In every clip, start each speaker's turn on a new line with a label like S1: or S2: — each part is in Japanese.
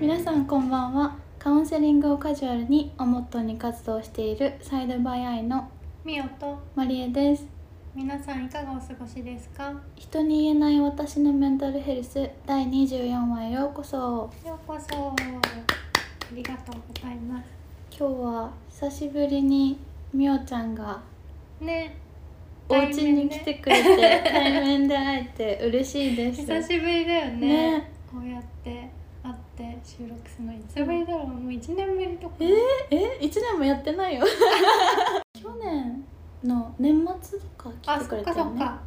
S1: 皆さんこんばんはカウンセリングをカジュアルにおもっとーに活動しているサイドバイアイの
S2: みおと
S1: マリエです
S2: 皆さんいかがお過ごしですか
S1: 人に言えない私のメンタルヘルス第24話へようこそ
S2: ようこそありがとうございま
S1: 今日は久しぶりにみおちゃんが
S2: すね
S1: お家に来てくれて対面で会えて嬉しいです
S2: 久しぶりだよね
S1: ね
S2: こうやって会って収録するのいつぶりだろうもう1年ぶりとか
S1: ええ一年もやってないよ 去年の年末とか
S2: あ
S1: 来て
S2: そ
S1: く
S2: っ
S1: れ
S2: か
S1: た
S2: そ
S1: よ
S2: っか、そっ
S1: ね
S2: かそっか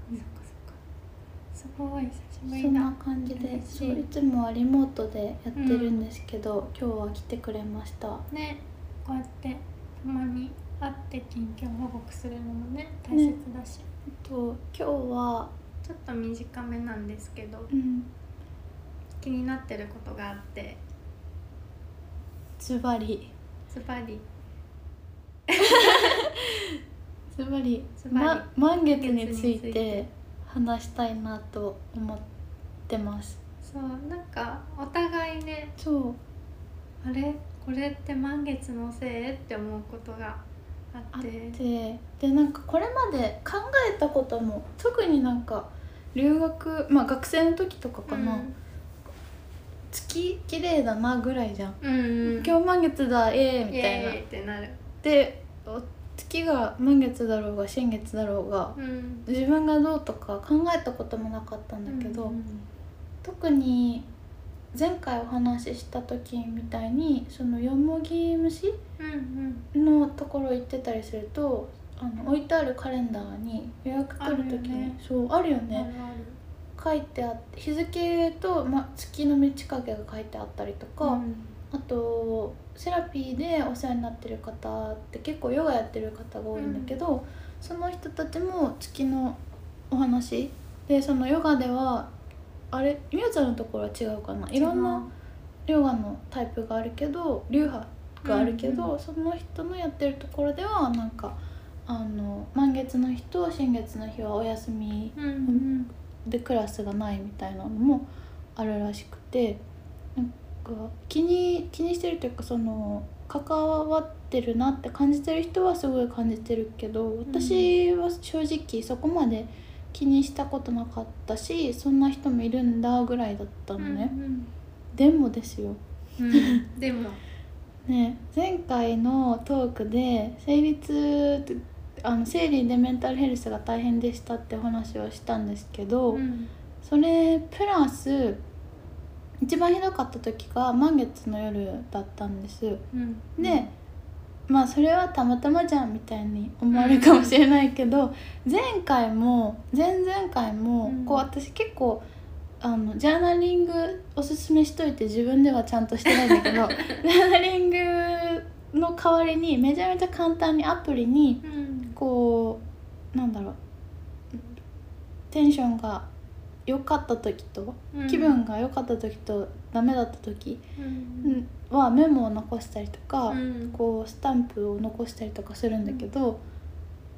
S2: すごい久しぶ
S1: そ
S2: り
S1: んな
S2: だ
S1: 感じで
S2: 嬉しい
S1: そういつもはリモートでやってるんですけど、今日は来てくれました
S2: ねこうやってたまに会って近況報告するのもね大切だし、
S1: と今日は、
S2: ちょっと短めなんですけど
S1: うん、
S2: 気になってることがあって
S1: ズバリ
S2: ズバリ
S1: ズバリ
S2: ズバリ
S1: ま、満月につい
S2: 満月につい
S1: て
S2: て
S1: 話したいなと思ってます
S2: そうなんかお互いね
S1: そう
S2: あれこれって満月のせいって思うことがあ
S1: あ
S2: っ
S1: っててでなんかこれまで考えたことも特になんか留学まあ学生の時とかかな、月綺麗だなぐらいじゃん、
S2: うん、うん、
S1: 今日満月だええみ
S2: イ
S1: たい
S2: エ
S1: な
S2: ーイってなる
S1: でお月が満月だろうが新月だろうが
S2: うん
S1: 自分がどうとか考えたこともなかったんだけど、
S2: うん
S1: 特に前回お話しした時みたいにそのよもぎ虫
S2: うん
S1: のところ行ってたりするとあの置いてあるカレンダーに予約取る時に
S2: あるよね
S1: そうあるよ
S2: うんあ
S1: ね、
S2: るある
S1: 書いてあって日付と、ま、月の満ち欠けが書いてあったりとか、
S2: うん
S1: あとセラピーでお世話になってる方って結構ヨガやってる方が多いんだけど、その人たちも月のお話でそのヨガではあれみやちゃんのところは違うかないろんなヨガのタイプがあるけど流派があるけど、
S2: うん
S1: その人のやってるところではなんかあの満月の日と新月の日はお休み
S2: うんうん
S1: でクラスがないみたいなのもあるらしくてなんか気に気にしてるというかその関わってるなって感じてる人はすごい感じてるけど私は正直そこまで気にしたことなかったしそんな人もいるんだぐらいだったのね。でもですよ
S2: うんうんうんでも
S1: ね前回のトークで生理痛ってあの生理でメンタルヘルスが大変でしたって話をしたんですけど、
S2: うん
S1: それプラス一番ひどかった時が満月の夜だったんです
S2: うん
S1: でまあそれはたまたまじゃんみたいに思われるかもしれないけど前回も前々回も
S2: うん
S1: こう私結構あのジャーナリングおすすめしといて自分ではちゃんとしてないんだけ どジャーナリングの代わりにめちゃめちゃ簡単にアプリに
S2: うん
S1: こうなんだろうテンションが良かった時と
S2: うん
S1: 気分が良かった時とダメだった時
S2: うん
S1: はメモを残したりとか、
S2: うん
S1: こうスタンプを残したりとかするんだけど、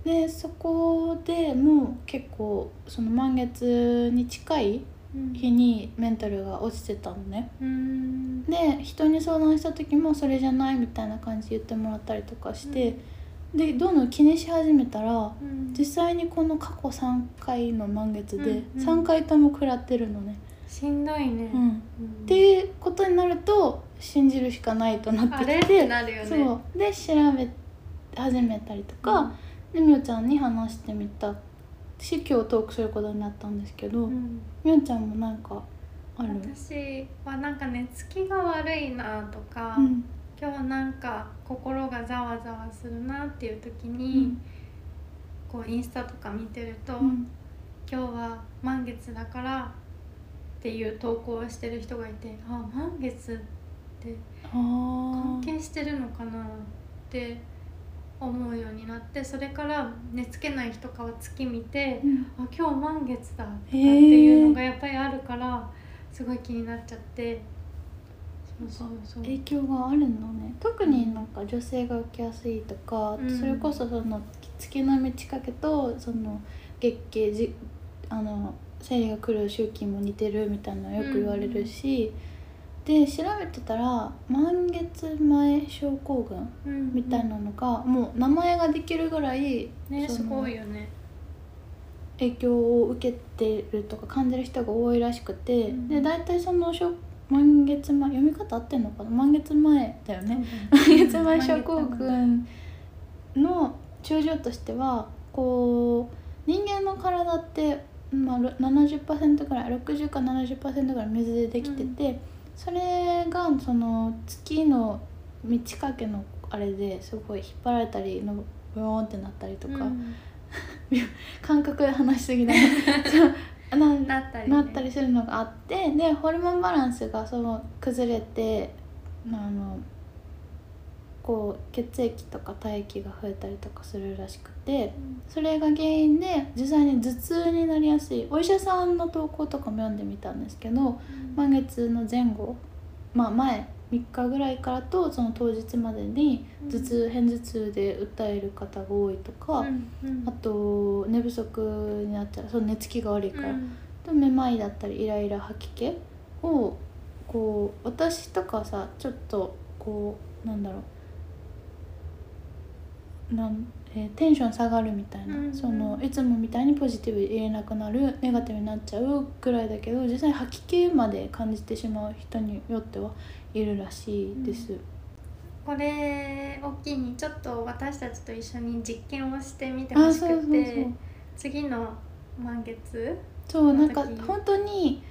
S1: でそこでもう結構その満月に近い
S2: うん
S1: 日にメンタルが落ちてたのね。
S2: うん
S1: で人に相談した時もそれじゃないみたいな感じで言ってもらったりとかして、でどんどん気にし始めたら
S2: うん
S1: 実際にこの過去3回の満月で
S2: うんうん
S1: 3回とも食らってるのね。
S2: しんどいね
S1: うん
S2: うん
S1: っていうことになると信じるしかないとな
S2: あ
S1: って
S2: れ
S1: き
S2: って
S1: て、
S2: なるよね
S1: そうで調べ始めたりとか、でみおちゃんに話してみたし今日トークすることになったんですけど、
S2: うん
S1: みおちゃんもなんかある
S2: 私はなんかね月が悪いなとか、
S1: うん
S2: 今日なんか心がざわざわするなっていう時
S1: う
S2: に、
S1: ん
S2: こうインスタとか見てると、
S1: うん
S2: 今日は満月だからっていう投稿をしてる人がいてあ満月って関
S1: あー
S2: 係してるのかなって思うようになってそれから寝つけない日とかは月見て
S1: うん
S2: あ今日満月だとかって
S1: へー
S2: いうのがやっぱりあるからすごい気になっちゃってそうそうそう
S1: 影響があるんだね特になんか女性が受けやすいとか、
S2: うん
S1: それこそその月の満ち欠けとその月経じあの生理が来る周期も似てるみたいなのよく言われるし、で調べてたら満月前症候群
S2: うん
S1: みたいなのが、もう名前ができるぐらい
S2: ね
S1: その
S2: すごいよね
S1: 影響を受けてるとか感じる人が多いらしくて、
S2: うん
S1: で大体そのしょ満月前読み方合ってんのかな満月前だよね
S2: 満
S1: 月前症候群の症状としてはこう人間の体って、まあ、ろ70%ぐらい60か70%ぐらい水でできてて、それがその月の満ち欠けのあれですごい引っ張られたりのブヨーンってなったりと
S2: と
S1: か、
S2: うん
S1: 感覚で話しすぎだね そうなん
S2: なったりね
S1: なったりするのがあってでホルモンバランスがその崩れてあのこう血液とか体液が増えたりとかするらしくて
S2: うん
S1: それが原因で実際に頭痛になりやすいお医者さんの投稿とかも読んでみたんですけど満月の前後まあ前3日ぐらいからとその当日までに頭痛片頭痛で訴える方が多いとか。
S2: うんうん
S1: あと寝不足になっちゃうその寝つきが悪いから、
S2: うん
S1: とめまいだったりイライラ吐き気をこう私とかさちょっとこうなんだろうなん、えーテンション下がるみたいな、
S2: うんうん
S1: そのいつもみたいにポジティブ入れなくなるネガティブになっちゃうぐらいだけど実際吐き気まで感じてしまう人によってはいるらしいです。
S2: これを機にちょっと私たちと一緒に実験をしてみて
S1: あ
S2: ほ
S1: ー
S2: しく
S1: そ
S2: て
S1: うそうそう
S2: 次の満月
S1: そうなんか
S2: その時
S1: 本当に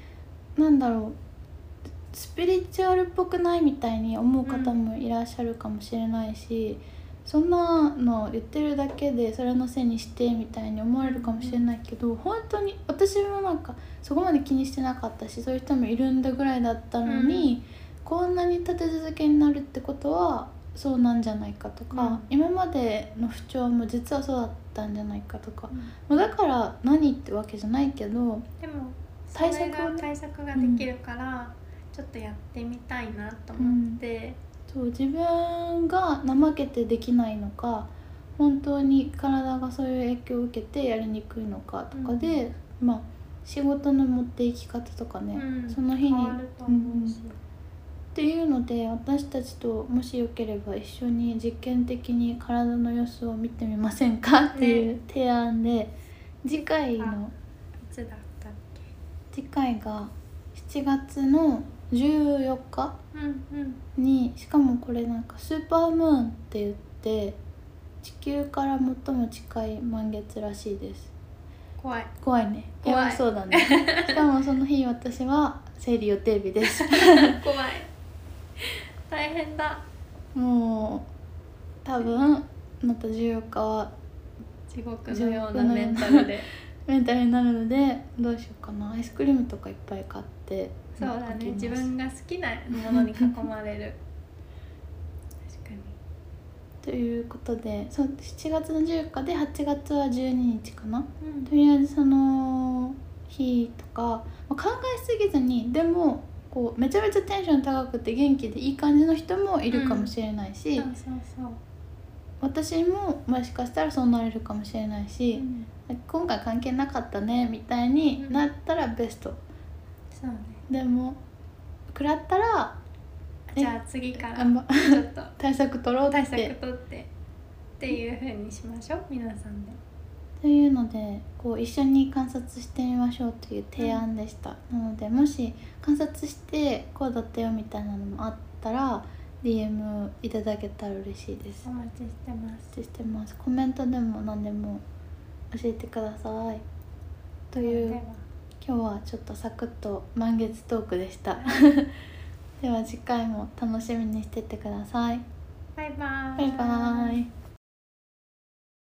S1: なんだろうスピリチュアルっぽくないみたいに思う方もいらっしゃるかもしれないし、そんなの言ってるだけでそれのせいにしてみたいに思われるかもしれないけど本当に私もなんかそこまで気にしてなかったしそういう人もいるんだぐらいだったのに、こんなに立て続けになるってことはそうなんじゃないかとか、
S2: うん
S1: 今までの不調も実はそうだったんじゃないかとかまあだから何ってわけじゃないけど
S2: でもそ
S1: 対策を
S2: れ
S1: ね
S2: が対策ができるからちょっとやってみたいなと思って、
S1: そう自分が怠けてできないのか本当に体がそういう影響を受けてやりにくいのかとかで、まあ仕事の持っていき方とかね、
S2: うん
S1: その日
S2: 変
S1: に
S2: わると思うし、
S1: っていうので私たちともしよければ一緒に実験的に体の様子を見てみませんかっていう提案で、次回の
S2: いつだったっ
S1: 次回が7月の14日。
S2: けうんうん
S1: にしかもこれなんかスーパームーンって言って地球から最も近い満月らしいです
S2: 怖い
S1: 怖いね
S2: 怖い
S1: やばそうだねしかもその日私は生理予定日です
S2: 怖い大変だ
S1: もう多分また14日は
S2: 地獄
S1: の
S2: の
S1: よ
S2: よ
S1: う
S2: う
S1: な
S2: な
S1: メ
S2: メ
S1: ン
S2: ン
S1: タ
S2: タ
S1: ル
S2: ルで
S1: メンタルになるのでどうしようかなアイスクリームとかいっぱい買って
S2: そうだね
S1: なんか
S2: 自
S1: 着ます
S2: 分が好きなものに囲まれる確かに
S1: ということでそう7月の14日で8月は12日かな
S2: うん
S1: とりあえずその日とか、まあ考えすぎずにでもこうめちゃめちゃテンション高くて元気でいい感じの人もいるかもしれないし、
S2: そうそうそう
S1: 私ももしかしたらそうなれるかもしれないし、
S2: ん
S1: 今回関係なかったねみたいになったらベスト、
S2: そう
S1: で
S2: ね
S1: も食らったら
S2: じゃあ次から
S1: あんま
S2: ちょっと
S1: 対策取ろうっ
S2: 対策取
S1: て
S2: ってっていう風にしましょう皆さんで
S1: というのでこう一緒に観察してみましょうという提案でした、なのでもし観察してこうだったよみたいなのもあったら DM いただけたら嬉しいです
S2: お待ちしてます
S1: お待ちしてますコメントでも何でも教えてくださいとい
S2: で
S1: う
S2: は
S1: 今日はちょっとサクッと満月トークでした では次回も楽しみにしててください
S2: バイバー
S1: バイバーイ